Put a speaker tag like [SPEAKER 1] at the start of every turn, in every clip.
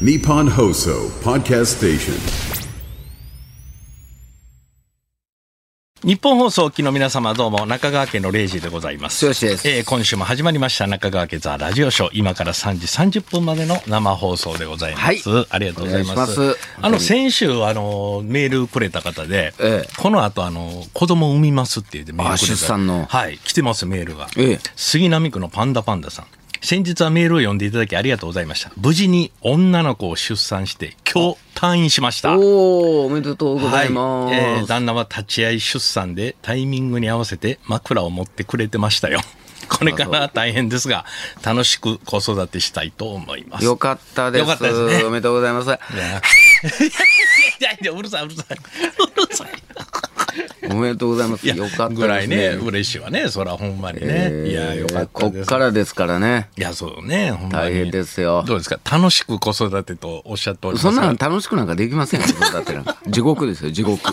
[SPEAKER 1] Nippon Hoso Podcast Station.
[SPEAKER 2] 日本放送機の皆様どうも中川家の0時でございます。
[SPEAKER 3] 剛です
[SPEAKER 2] えー今週も始まりました中川家ザラジオショー。今から3時30分までの生放送でございます。
[SPEAKER 3] はい
[SPEAKER 2] ありがとうございます。
[SPEAKER 3] お願いします
[SPEAKER 2] あの先週あのメールくれた方で、
[SPEAKER 3] ええ
[SPEAKER 2] この後あの子供を産みますって言ってメールくれた。
[SPEAKER 3] あ出産の
[SPEAKER 2] はい来てますメールが。
[SPEAKER 3] ええ
[SPEAKER 2] 杉並区のパンダパンダさん。先日はメールを読んでいただきありがとうございました。無事に女の子を出産して今日退院しました。
[SPEAKER 3] おお、おめでとうございます。
[SPEAKER 2] はいえー旦那は立ち会い出産でタイミングに合わせて枕を持ってくれてましたよ これからは大変ですが楽しく子育てしたいと思います
[SPEAKER 3] よかったです。
[SPEAKER 2] よかったですね
[SPEAKER 3] おめでとうございます。
[SPEAKER 2] いや いやいやうるさいうるさいうるさい
[SPEAKER 3] おめでとうございます。
[SPEAKER 2] いや
[SPEAKER 3] よかったです、ね。
[SPEAKER 2] ぐらいね嬉しいわねそらほんまにね、
[SPEAKER 3] えー
[SPEAKER 2] いやよかった
[SPEAKER 3] こ
[SPEAKER 2] で
[SPEAKER 3] っ
[SPEAKER 2] す
[SPEAKER 3] からですからね。
[SPEAKER 2] いやそうねほんまに
[SPEAKER 3] 大変ですよ
[SPEAKER 2] どうですか楽しく子育てとおっしゃっております
[SPEAKER 3] そんな
[SPEAKER 2] が
[SPEAKER 3] の楽しくなんかできません よ、だってなんか地獄ですよ、地獄。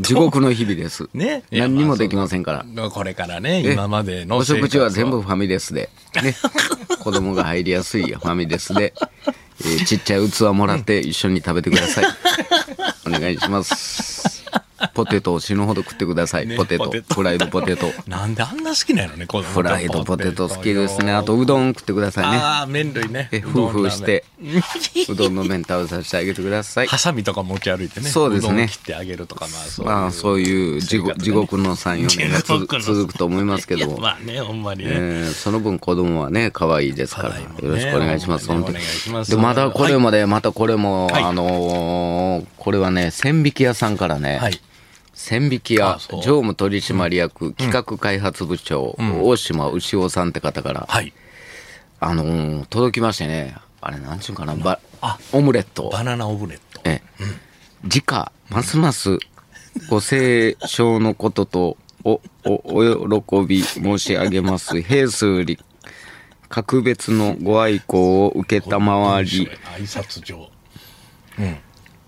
[SPEAKER 3] 地獄の日々です。
[SPEAKER 2] ねいや
[SPEAKER 3] 何に
[SPEAKER 2] ま
[SPEAKER 3] も
[SPEAKER 2] あ
[SPEAKER 3] できませんから。
[SPEAKER 2] これからね
[SPEAKER 3] え
[SPEAKER 2] 今までの
[SPEAKER 3] お食事は
[SPEAKER 2] 生活を
[SPEAKER 3] 全部ファミレスで。ね。 子供が入りやすいファミレスで。えーちっちゃい器も らって一緒に食べてください。お願いします。ポテトを死ぬほど食ってください。
[SPEAKER 2] ね
[SPEAKER 3] ポテト。
[SPEAKER 2] ポテト
[SPEAKER 3] フライドポテト。
[SPEAKER 2] なんであんな好きなのね、子供
[SPEAKER 3] フライドポテト好きですね。あと、うどん食ってくださいね。
[SPEAKER 2] ああ、麺類ね。
[SPEAKER 3] え
[SPEAKER 2] うどん
[SPEAKER 3] 夫婦して
[SPEAKER 2] ラーメン
[SPEAKER 3] うどんの麺食べさせてあげてくだ さい
[SPEAKER 2] ハ。サミとか持ち歩いてね。
[SPEAKER 3] そうですね
[SPEAKER 2] どん切ってあげるとか、まあ、そういう。
[SPEAKER 3] まあ、そういう 地獄,、
[SPEAKER 2] 生活ね
[SPEAKER 3] 地獄の3、4年が
[SPEAKER 2] 地
[SPEAKER 3] 続
[SPEAKER 2] 獄の
[SPEAKER 3] 続くと思いますけ
[SPEAKER 2] い
[SPEAKER 3] ど
[SPEAKER 2] や
[SPEAKER 3] も。
[SPEAKER 2] まあね、ほんまにね。
[SPEAKER 3] えーその分子供はね可愛いですから、
[SPEAKER 2] 可愛い
[SPEAKER 3] よ
[SPEAKER 2] もんね
[SPEAKER 3] ろしくお願いします
[SPEAKER 2] ほん
[SPEAKER 3] 本
[SPEAKER 2] まに
[SPEAKER 3] 当
[SPEAKER 2] ね
[SPEAKER 3] に
[SPEAKER 2] お願いします
[SPEAKER 3] でまたこれもね、またこれも、
[SPEAKER 2] はい
[SPEAKER 3] あのーこれはね千引き屋さんからね、
[SPEAKER 2] はい。
[SPEAKER 3] 千匹屋
[SPEAKER 2] あそう
[SPEAKER 3] 常務取締役企画開発部長、大島牛尾さんって方から、
[SPEAKER 2] はい。
[SPEAKER 3] あのー届きましてねあれなんちゅうかなばオムレット
[SPEAKER 2] バナナオブレット。
[SPEAKER 3] ええ時価ますますご清聴のこととおおお喜び申し上げます平数より格別のご愛好を受けたまわり、
[SPEAKER 2] 挨拶状。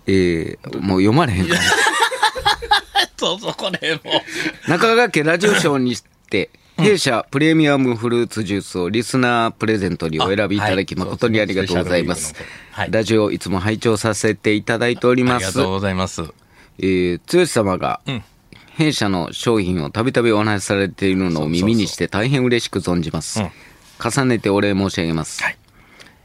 [SPEAKER 3] えーもう読まれへんから
[SPEAKER 2] そうそう、これも
[SPEAKER 3] 中川家ラジオショーにして、弊社プレミアムフルーツジュースをリスナープレゼントにお選びいただき
[SPEAKER 2] あはい
[SPEAKER 3] 誠にありがとうございま
[SPEAKER 2] そう
[SPEAKER 3] す
[SPEAKER 2] そうはい。
[SPEAKER 3] ラジオいつも拝聴させていただいており
[SPEAKER 2] う。あ
[SPEAKER 3] ま
[SPEAKER 2] りが
[SPEAKER 3] す
[SPEAKER 2] とう。ございます。
[SPEAKER 3] えー、剛様が
[SPEAKER 2] ん、
[SPEAKER 3] 弊社の商品をたびたびお話しされているのを耳にして大変嬉しく存じます。
[SPEAKER 2] うん
[SPEAKER 3] 重ねてお礼申し上げます。
[SPEAKER 2] はい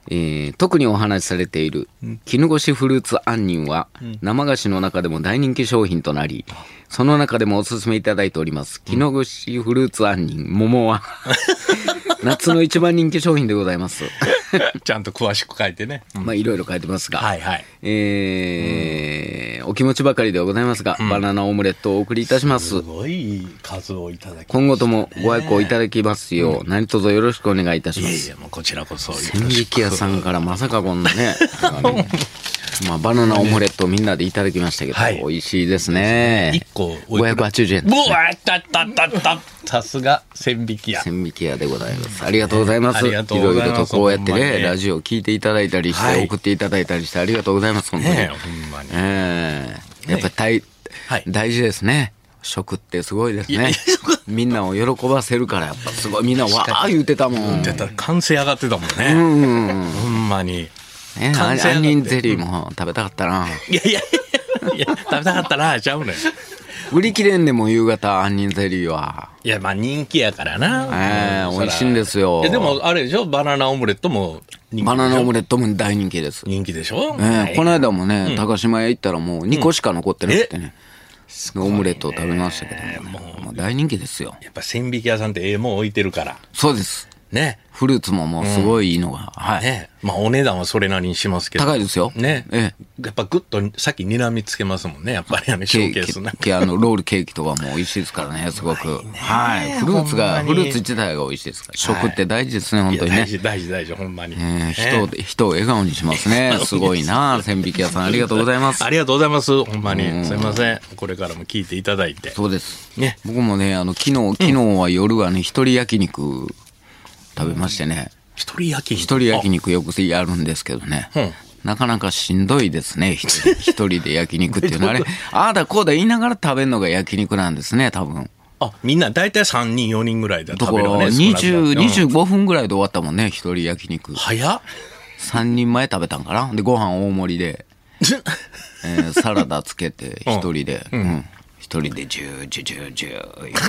[SPEAKER 3] えー特にお話しされている絹ごしフルーツ杏仁は生菓子の中でも大人気商品となり、その中でもおすすめいただいております絹ごしフルーツ杏仁 桃は夏の一番人気商品でございます。
[SPEAKER 2] ちゃんと詳しく書いてね。
[SPEAKER 3] まあいろいろ書いてますが、
[SPEAKER 2] はいはい。
[SPEAKER 3] えーお気持ちばかりではございますが、バナナオムレットをお送りいたします。
[SPEAKER 2] すごい数をいただき
[SPEAKER 3] 今後ともご愛顧いただきますよう、何卒よろしくお願いいたし
[SPEAKER 2] い
[SPEAKER 3] ま
[SPEAKER 2] や
[SPEAKER 3] す。
[SPEAKER 2] いや、もうこちらこそ。
[SPEAKER 3] 千力屋さんからまさかこん なね、あのまあバナナオムレットをみんなでいただきましたけど、
[SPEAKER 2] はい
[SPEAKER 3] 美味しいですね。
[SPEAKER 2] 一個おいくら
[SPEAKER 3] 580円
[SPEAKER 2] う。わたったったったさすが千匹や。
[SPEAKER 3] 千力屋でございます。ありがとうございます。
[SPEAKER 2] あり
[SPEAKER 3] い
[SPEAKER 2] がとうご
[SPEAKER 3] ろい
[SPEAKER 2] ざい
[SPEAKER 3] ろ
[SPEAKER 2] ます
[SPEAKER 3] とこうやって
[SPEAKER 2] ほんまに
[SPEAKER 3] ね、
[SPEAKER 2] ね
[SPEAKER 3] ラジオ聞いていただいたりして、
[SPEAKER 2] はい
[SPEAKER 3] 送っていただいたりして、ありがとうございます、本当に。
[SPEAKER 2] ねえほんまに
[SPEAKER 3] ええやっぱ大、
[SPEAKER 2] はい
[SPEAKER 3] 大事ですね。食ってすごいです
[SPEAKER 2] いやい
[SPEAKER 3] ね
[SPEAKER 2] やそ。
[SPEAKER 3] みんなを喜ばせるから、やっぱすごい。みんなわー言ってたもん。
[SPEAKER 2] だったら歓声上がってたもんね。ほんまに。
[SPEAKER 3] ね、あ
[SPEAKER 2] 完成上が
[SPEAKER 3] 杏仁
[SPEAKER 2] って
[SPEAKER 3] ゼリーも食べたかったな。
[SPEAKER 2] いやいやいや、食べたかったな、ちゃうのよ。
[SPEAKER 3] 売り切れんでも夕方杏仁ゼリーは。
[SPEAKER 2] いや、まあ人気やからな。
[SPEAKER 3] ええ美味しいん
[SPEAKER 2] で
[SPEAKER 3] ですよ。
[SPEAKER 2] でも、あれでしょバナナオムレットも人気でしょ
[SPEAKER 3] バナナオムレットも大人気です。
[SPEAKER 2] 人気でしょ
[SPEAKER 3] ええこ
[SPEAKER 2] の
[SPEAKER 3] の間もね、高島屋行ったらもう2個しか残ってなくてね、オムレットを食べましたけども,、もう大人気ですよ
[SPEAKER 2] やっぱ千匹屋さんってええもん置いてるから。
[SPEAKER 3] そうです
[SPEAKER 2] ね。
[SPEAKER 3] フルーツももうすごいいいのが、はい、
[SPEAKER 2] ね。まあお値段はそれなりにしますけど。
[SPEAKER 3] 高いですよ
[SPEAKER 2] ね。
[SPEAKER 3] え
[SPEAKER 2] やっぱグッとさっき睨みつけますもんね。やっぱり あのシ
[SPEAKER 3] ケ
[SPEAKER 2] ョ
[SPEAKER 3] ー
[SPEAKER 2] ーケースな。
[SPEAKER 3] キケあのロールケーキとかも美味しいですからねすごくはいフルーツ
[SPEAKER 2] ほ
[SPEAKER 3] が
[SPEAKER 2] ん
[SPEAKER 3] フ
[SPEAKER 2] まに
[SPEAKER 3] ルーツ自体が美味しいですから食って大事ですね、本当に
[SPEAKER 2] いや大
[SPEAKER 3] ね
[SPEAKER 2] 事、大事、大事、ほんまに。
[SPEAKER 3] ええ
[SPEAKER 2] ね
[SPEAKER 3] 人を人を笑顔にします ね。すごいな。千匹屋さん、ありがとうございます
[SPEAKER 2] あ。りがとうございます。ほんまに。すいません。これからも聞いていただいて。
[SPEAKER 3] そうです。
[SPEAKER 2] ね
[SPEAKER 3] 僕もね、あの、昨日、昨日は夜はね、一人焼肉食べましてね。
[SPEAKER 2] 一人焼き
[SPEAKER 3] 一人焼肉よくやるんですけどね、
[SPEAKER 2] うん
[SPEAKER 3] なかなかしんどいですね一人一人で焼肉っていうの はあれああだこうだ言いながら食べるのが焼肉なんですね多分
[SPEAKER 2] ああ、みんな大体3人、4人ぐらいだ
[SPEAKER 3] と
[SPEAKER 2] 食
[SPEAKER 3] こ
[SPEAKER 2] べる
[SPEAKER 3] ろ
[SPEAKER 2] わね。少なくなって
[SPEAKER 3] 20
[SPEAKER 2] うん
[SPEAKER 3] 25分ぐらいで終わったもんね一人焼肉
[SPEAKER 2] 早っ
[SPEAKER 3] 3人前食べたんかなでご飯大盛り で、えーサラダつけて一人で、うん一人でジュージュジュジュ言うて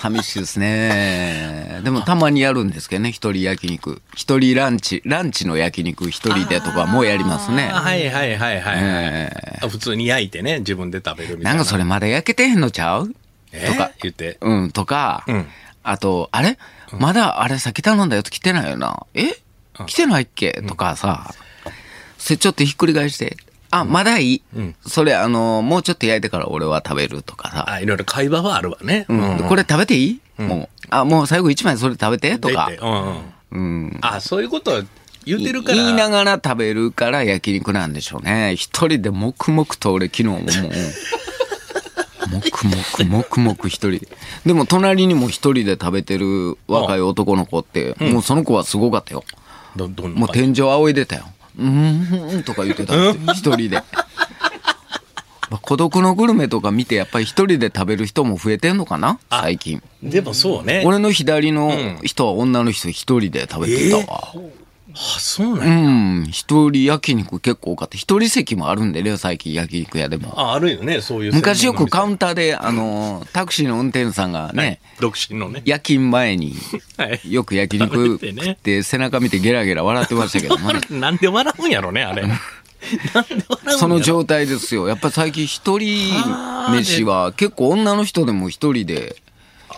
[SPEAKER 3] 寂しいですねでもたまにやるんですけどね一人焼肉一人ランチランチの焼肉一人でとかもやります ね
[SPEAKER 2] あはいはいはいはい、はい
[SPEAKER 3] え
[SPEAKER 2] あ普通に焼いてね、自分で食べるみた
[SPEAKER 3] ない
[SPEAKER 2] な。
[SPEAKER 3] んかそれまだ焼けてへんのちゃう
[SPEAKER 2] えー言って。
[SPEAKER 3] うん、とか、
[SPEAKER 2] ん
[SPEAKER 3] あと、あれまだあれ先頼んだやつ来てないよな。え来てないっけとかさ、それちょっとひっくり返して、あ、まだいい、それあの、もうちょっと焼いてから俺は食べるとかさ、
[SPEAKER 2] あ、いろいろ会話はあるわね。
[SPEAKER 3] うんこれ食べていい、もう、あ、もう最後一枚それ食べてと
[SPEAKER 2] 出
[SPEAKER 3] か
[SPEAKER 2] て、うんうん。あ、そういうこと言ってるから。
[SPEAKER 3] 言いながら食べるから焼肉なんでしょうね。一人で黙々と俺昨日ももう、黙々、黙々一人で。でも隣にも一人で食べてる若い男の子って、もうその子はすごかったよ。
[SPEAKER 2] ど、どんな
[SPEAKER 3] もう天井仰いでたよ。うーん、とか言ってたんですよ一人で。まあ孤独のグルメとか見てやっぱり一人で食べる人も増えてんのかな最近。
[SPEAKER 2] でもそうね。
[SPEAKER 3] 俺の左の人は女の人一人で食べてたわ。
[SPEAKER 2] あ、そうなんや。
[SPEAKER 3] うん、一人焼肉結構多かった。一人席もあるんでね、最近焼肉屋でも。
[SPEAKER 2] あ、あるよね、そういう。
[SPEAKER 3] 昔よくカウ
[SPEAKER 2] ン
[SPEAKER 3] ンターで、あの、タクシーの運転手さんがね、
[SPEAKER 2] 独身のね。
[SPEAKER 3] 夜勤前に
[SPEAKER 2] はい。
[SPEAKER 3] よく焼肉
[SPEAKER 2] 食べてね
[SPEAKER 3] 食って背中見てゲラゲラ笑ってましたけどもね
[SPEAKER 2] なんで笑うんやろね、あれ。なんで笑うん
[SPEAKER 3] その状態ですよ。やっぱ最近一人飯は結構女の人でも一人で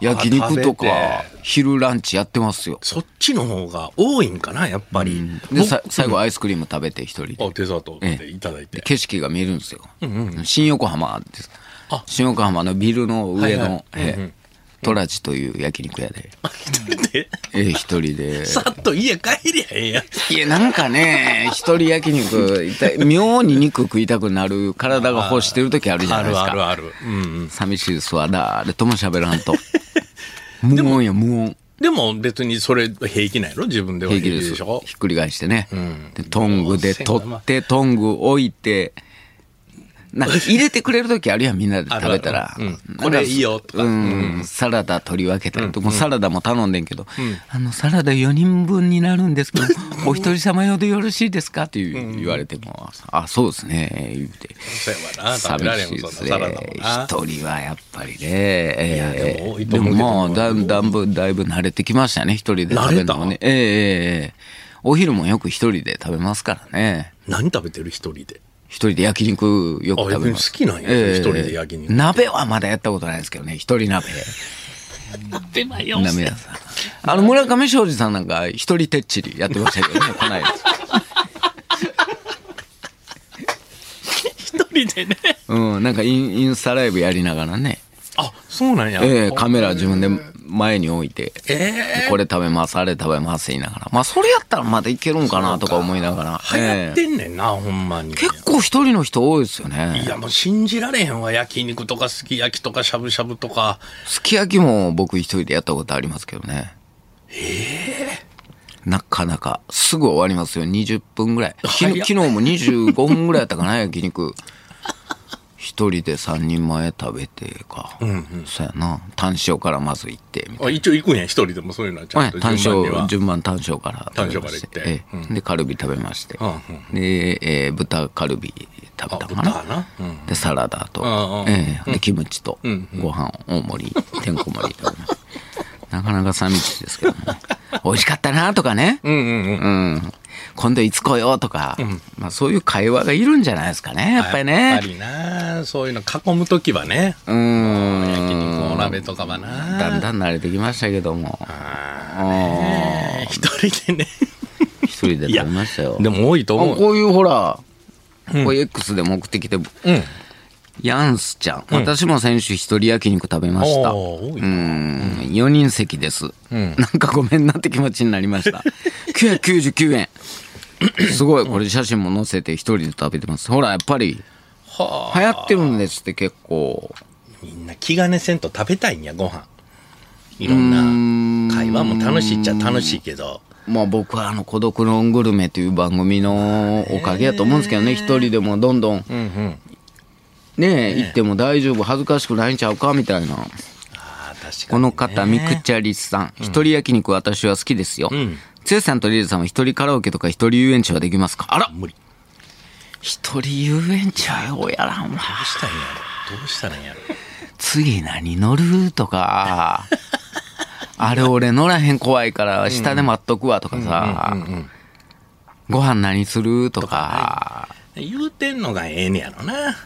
[SPEAKER 3] 焼肉と
[SPEAKER 2] あ
[SPEAKER 3] か昼ランチやってますよ。
[SPEAKER 2] そっちの方が多いんかな、やっぱり。
[SPEAKER 3] で、さ最後アイスクリーム食べて一人で。
[SPEAKER 2] あ、デザートでいただい て。
[SPEAKER 3] 景色が見えるんですよ、新横浜です
[SPEAKER 2] あ
[SPEAKER 3] 新横浜のビルの上
[SPEAKER 2] はいはい
[SPEAKER 3] のええトラジという焼肉屋で、
[SPEAKER 2] 一人で、
[SPEAKER 3] え え一人で
[SPEAKER 2] さっと家帰りゃええやん。
[SPEAKER 3] いやなんかね一人焼肉いた妙に肉食いたくなる体が欲してる時あるじゃ
[SPEAKER 2] あ
[SPEAKER 3] ないで
[SPEAKER 2] る
[SPEAKER 3] す
[SPEAKER 2] ある
[SPEAKER 3] か
[SPEAKER 2] ある。うん。
[SPEAKER 3] 寂しいですわ誰とも喋らん と無音や無音
[SPEAKER 2] でも別にそれ平気なんやろ自分では
[SPEAKER 3] 平
[SPEAKER 2] 平
[SPEAKER 3] 気
[SPEAKER 2] 気で
[SPEAKER 3] で
[SPEAKER 2] すしょ
[SPEAKER 3] ひっくり返してね、でトングで取ってトング置いてなんか入れてくれる時あるやんみんなで食べた
[SPEAKER 2] ある
[SPEAKER 3] ら
[SPEAKER 2] あるうん
[SPEAKER 3] なんか
[SPEAKER 2] これいいよとか
[SPEAKER 3] うんサラダ取り分けたりともうサラダも頼んでんけど、あのサラダ4人分になるんです けどお一人様用でよろしいですかっていう言われても「あそうですね」言うて
[SPEAKER 2] そうやわな食べ
[SPEAKER 3] 寂
[SPEAKER 2] られ
[SPEAKER 3] し
[SPEAKER 2] ん
[SPEAKER 3] い
[SPEAKER 2] も
[SPEAKER 3] で
[SPEAKER 2] ん
[SPEAKER 3] す
[SPEAKER 2] そん
[SPEAKER 3] ね
[SPEAKER 2] なサラダもな
[SPEAKER 3] 一人はやっぱりね
[SPEAKER 2] やで
[SPEAKER 3] え
[SPEAKER 2] も多
[SPEAKER 3] え
[SPEAKER 2] いと
[SPEAKER 3] で
[SPEAKER 2] 思う
[SPEAKER 3] も
[SPEAKER 2] けど
[SPEAKER 3] まあだんだんぶだいぶ慣れてきましたね一人で食べるのもねええええええお昼もよく一人で食べますからね
[SPEAKER 2] 何食べてる一人で
[SPEAKER 3] 一人で焼肉よく食べます
[SPEAKER 2] あ焼肉好きなんや一人で焼肉
[SPEAKER 3] 鍋はまだやったことないですけどね一人鍋
[SPEAKER 2] 出ないよ
[SPEAKER 3] 鍋屋さんあの村上庄司さんなんか一人てっちりやってましたけ どねこないだ
[SPEAKER 2] 一人でね
[SPEAKER 3] うんなんかインインスタライブやりながらね
[SPEAKER 2] あそうなんや
[SPEAKER 3] ええカメラ自分で前に置いて
[SPEAKER 2] え
[SPEAKER 3] これ食べます、あれ食べます言いながら。まあ、それやったらまだいけるんかなとか思いながら。
[SPEAKER 2] え流行っ
[SPEAKER 3] ええ
[SPEAKER 2] てんねんなほんまに
[SPEAKER 3] 結構一人の人多いですよね
[SPEAKER 2] い。やもう信じられへんわ焼肉とかすき焼きとかしゃぶしゃぶとか
[SPEAKER 3] すき焼きも僕一人でやったことありますけどね。ええなかなか、すぐ終わりますよ。20分ぐらい。き
[SPEAKER 2] 早っ
[SPEAKER 3] 昨日も25分ぐらいやったかな、焼肉。一人で3人前食べてか。そうやな。単勝からまず行って、みたいな。
[SPEAKER 2] あ一応行くんや一人でもそういうのはちゃんと
[SPEAKER 3] 単
[SPEAKER 2] 順番には
[SPEAKER 3] 勝、順番単勝から食べまして。
[SPEAKER 2] 単勝から行って
[SPEAKER 3] ええで、カルビ食べまして。
[SPEAKER 2] うん
[SPEAKER 3] で、えー豚カルビ食べたかな。
[SPEAKER 2] あ豚なう
[SPEAKER 3] で、サラダと、
[SPEAKER 2] んうん
[SPEAKER 3] ええで、キムチと、ご飯大盛り、てんこ盛り食べました。なかなか寂しいですけ ども、美味しかったなとかね。
[SPEAKER 2] うんうんうん
[SPEAKER 3] うん今度いつ来ようとか、まあそういう会話がいるんじゃないですかね、やっぱり
[SPEAKER 2] やっ
[SPEAKER 3] ね
[SPEAKER 2] ぱ。りなそういうの囲む時はね
[SPEAKER 3] うーん。
[SPEAKER 2] 焼肉お鍋とかはな
[SPEAKER 3] だんだん慣れてきましたけども、
[SPEAKER 2] えー一人でね
[SPEAKER 3] 一人で食べましたよ。
[SPEAKER 2] でも多いと思
[SPEAKER 3] あ
[SPEAKER 2] う
[SPEAKER 3] こういうほら、これ X でも送ってきて、ヤンスちゃん、私も先週一人焼肉食べました。う
[SPEAKER 2] おー多い
[SPEAKER 3] ーん、4人席です、なんかごめんなって気持ちになり ました。999円。すごい、これ写真も載せて一人で食べてます。ほら、やっぱり、
[SPEAKER 2] はあ
[SPEAKER 3] 流行ってるんですって結構。
[SPEAKER 2] みんな気兼ねせんと食べたいんやご飯いろんな会話も楽しいっちゃ楽しいけど
[SPEAKER 3] まあ僕はあの孤独のグルメという番組のおかげやと思うんですけどね、一人でもどんどん、ねえ、行っても大丈夫、恥ずかしくないんちゃうかみたいな。
[SPEAKER 2] あー確かにね
[SPEAKER 3] この方、ミクチャリスさん。一人焼肉私は好きですよ。剛さんとリルさんは一人カラオケとか一人遊園地はできますかあら
[SPEAKER 2] 無理。
[SPEAKER 3] 一人遊園地はようやらんわ。
[SPEAKER 2] どうしたらいいんやろどうしたらいいんやろ
[SPEAKER 3] 次何乗ると か、あれ俺乗らへん怖いから下で待っとくわとかさ、ご飯何するとか、
[SPEAKER 2] 言うてんのがええねやろな。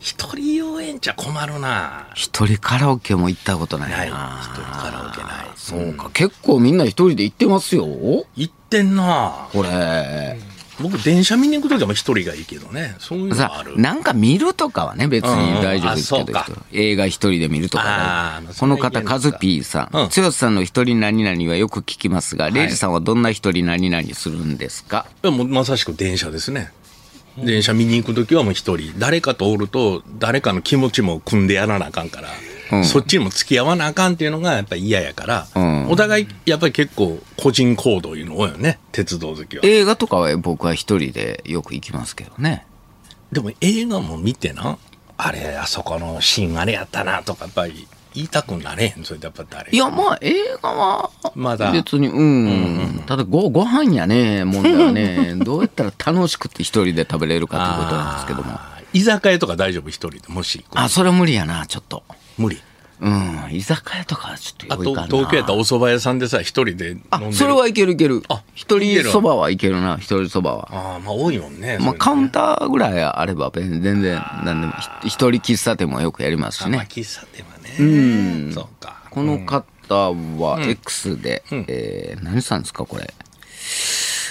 [SPEAKER 2] 一人遊園地は困るな。
[SPEAKER 3] 一人カラオケも行ったことな
[SPEAKER 2] ない。
[SPEAKER 3] い
[SPEAKER 2] 一
[SPEAKER 3] な。
[SPEAKER 2] 人カラオケない。
[SPEAKER 3] そうか、結構みんな一人で行ってますよ。こ
[SPEAKER 2] 行ってんな。
[SPEAKER 3] れ。
[SPEAKER 2] 僕、電車見に行くときも一人がいいけどね。そういうのはあ
[SPEAKER 3] さ
[SPEAKER 2] る。
[SPEAKER 3] なんか見るとかはね、別
[SPEAKER 2] うんう
[SPEAKER 3] に
[SPEAKER 2] ん
[SPEAKER 3] 大丈夫ですけど、
[SPEAKER 2] あそうか
[SPEAKER 3] 映画一人で見るとか
[SPEAKER 2] あーまあ
[SPEAKER 3] はこの
[SPEAKER 2] それは
[SPEAKER 3] 方、
[SPEAKER 2] いけるん
[SPEAKER 3] カ
[SPEAKER 2] です
[SPEAKER 3] ズ
[SPEAKER 2] か
[SPEAKER 3] ピーさん、
[SPEAKER 2] うん
[SPEAKER 3] 剛さんの一人何々はよく聞きますが、レイ
[SPEAKER 2] は
[SPEAKER 3] ジ
[SPEAKER 2] い
[SPEAKER 3] さんはどんな一人何々するんですか
[SPEAKER 2] いやもうまさしく電車ですね。電車見に行くときはもう一人。誰かとおると、誰かの気持ちも組んでやらなあかんから、
[SPEAKER 3] うん
[SPEAKER 2] そっちにも付き合わなあかんっていうのがやっぱ嫌やから、
[SPEAKER 3] うん
[SPEAKER 2] お互いやっぱり結構個人行動いうの多いよね、鉄道好きは。
[SPEAKER 3] 映画とかは僕は一人でよく行きますけどね。
[SPEAKER 2] でも映画も見てな、あれ、あそこのシーンあれやったなとか、やっぱり言いたくなれへん、それってやっぱ誰
[SPEAKER 3] いや、まあ映画は、
[SPEAKER 2] まだ
[SPEAKER 3] 別に、うん。ただご、ご飯やね、もんだら ね、どうやったら楽しくて一人で食べれるかということなんですけども。
[SPEAKER 2] あー居酒屋とか大丈夫、一人でもし行く
[SPEAKER 3] あ、それは無理やな、ちょっと。
[SPEAKER 2] 無理。
[SPEAKER 3] うん、居酒屋とかはちょっ
[SPEAKER 2] あ
[SPEAKER 3] と
[SPEAKER 2] と、
[SPEAKER 3] よく行かんな
[SPEAKER 2] 東京やったらお蕎麦屋さんでさ、一人で飲んでる。
[SPEAKER 3] あ、それはいけるいける
[SPEAKER 2] あ。
[SPEAKER 3] 一
[SPEAKER 2] いけ
[SPEAKER 3] 人
[SPEAKER 2] る
[SPEAKER 3] そばはいけるな、一人そばは。
[SPEAKER 2] ああ、まあ多いもんね。
[SPEAKER 3] まあカ
[SPEAKER 2] そうい
[SPEAKER 3] ウ
[SPEAKER 2] うの
[SPEAKER 3] ン
[SPEAKER 2] ね
[SPEAKER 3] ターぐらいあればべ全然何でも、ひ一人喫茶店もよくやりますし
[SPEAKER 2] あまあ
[SPEAKER 3] ね。
[SPEAKER 2] 喫茶店はね。うん。そうか。
[SPEAKER 3] この方は X で、えー、何さんですかこれ。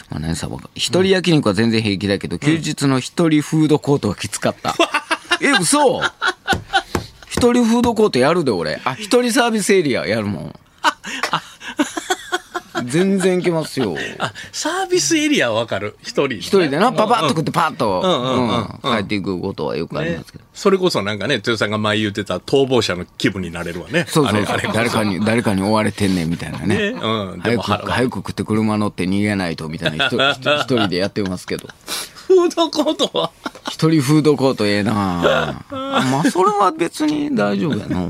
[SPEAKER 3] まあ何さん僕一人焼肉は全然平気だけど、休日の一人フードコートはきつかった。え、嘘一人フードコートやるで俺。あ、一人サービスエリアや るもん。全然いけますよ。
[SPEAKER 2] あ、サービスエリアはわかる。一人で。一
[SPEAKER 3] 一人でな、パパッと食
[SPEAKER 2] っ
[SPEAKER 3] ってパッと、
[SPEAKER 2] んうんうん
[SPEAKER 3] うん帰っていくことはよくありますけど。
[SPEAKER 2] それこそなんかね、豊さんが前言ってた逃亡者の気分になれるわね。
[SPEAKER 3] そうそう
[SPEAKER 2] あ
[SPEAKER 3] そう
[SPEAKER 2] れあれ
[SPEAKER 3] 誰かに、誰かに追われてんねんみたいなね。
[SPEAKER 2] ねうんで
[SPEAKER 3] 早
[SPEAKER 2] も
[SPEAKER 3] く、早く食って車乗って逃げないとみたいな、一人 一一人でやってますけど。
[SPEAKER 2] フードコートは。
[SPEAKER 3] 一人フードコートええなあまあ、それは別に大丈夫やな。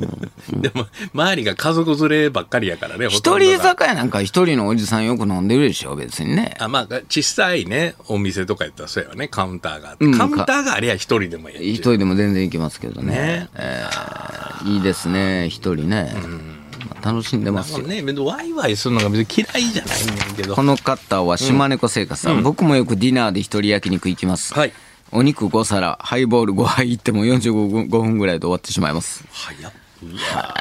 [SPEAKER 2] でも、周りが家族連ればっかりやからね、ほと
[SPEAKER 3] 一
[SPEAKER 2] んどが
[SPEAKER 3] 人居酒屋なんか一人のおじさんよく飲んでるでしょ、別にね。
[SPEAKER 2] あまあ、小さいね、お店とかやったらそうやわね、カウンターがあって。
[SPEAKER 3] うん
[SPEAKER 2] カウンターがありゃ一人でもいい。
[SPEAKER 3] 一人でも全然行きますけどね。
[SPEAKER 2] ね
[SPEAKER 3] えーいいですね、一人ね。まあ楽しんでます
[SPEAKER 2] も
[SPEAKER 3] よ
[SPEAKER 2] う。ね、別にワイワイするのが別に嫌いじゃないねんけど
[SPEAKER 3] こ。の方は島猫生活さん、僕もよくディナーで一人焼肉行きます、
[SPEAKER 2] はい
[SPEAKER 3] お肉5皿ハイボール5杯いっても45分ぐらいで終わってしまいます
[SPEAKER 2] 早っ。いや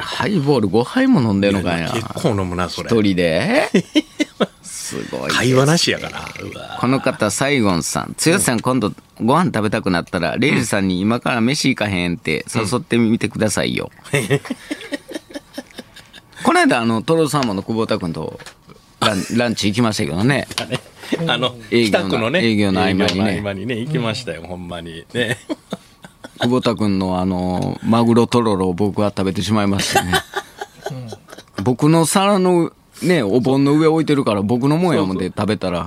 [SPEAKER 3] ハイボール5杯も飲んでるのかいな
[SPEAKER 2] 結構飲むな、それ。
[SPEAKER 3] 一人で すごいです
[SPEAKER 2] 会話なしやから。うわ
[SPEAKER 3] この方サイゴンさん剛さん今度ご飯食べたくなったらレイジさんに今から飯行かへんって誘ってみてください よ、この間あのトロサーモンの久保田君とランランチ行きましたけどね
[SPEAKER 2] あの、
[SPEAKER 3] 営業の
[SPEAKER 2] 北区のね、
[SPEAKER 3] 営業の合間にね
[SPEAKER 2] 営業の合間にね、行きましたよ、ほんまに。ね。
[SPEAKER 3] 久保田君のあのマグロとろろを僕は食べてしまいましたね、僕の皿のねお盆の上置いてるから僕のもんやもんで食べたら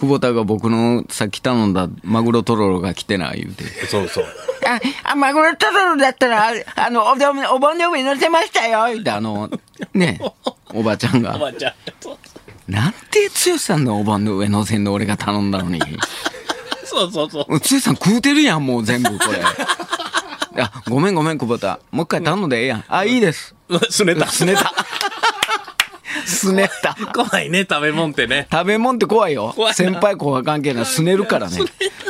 [SPEAKER 3] 久保田が僕のさっき頼んだマグロとろろが来てない言うて
[SPEAKER 2] そうそう。
[SPEAKER 3] 「ああマグロとろろだったらあのお盆の上乗せましたよ」言うてあの ねおばちゃん
[SPEAKER 2] おば
[SPEAKER 3] が
[SPEAKER 2] ちゃん。そう
[SPEAKER 3] 「なんて剛さんのお盆の上乗せんの俺が頼んだのに」
[SPEAKER 2] そうそうそう。
[SPEAKER 3] 剛さん食うてるやんもう全部これ。 あごめんごめん久保田もう一回頼んでええやんあいいです
[SPEAKER 2] すねた。
[SPEAKER 3] すねた。すねた。
[SPEAKER 2] 怖いね、食べ物ってね。
[SPEAKER 3] 食べ物って怖いよ
[SPEAKER 2] 怖い。な
[SPEAKER 3] 先輩後輩関係ない。すねる からね。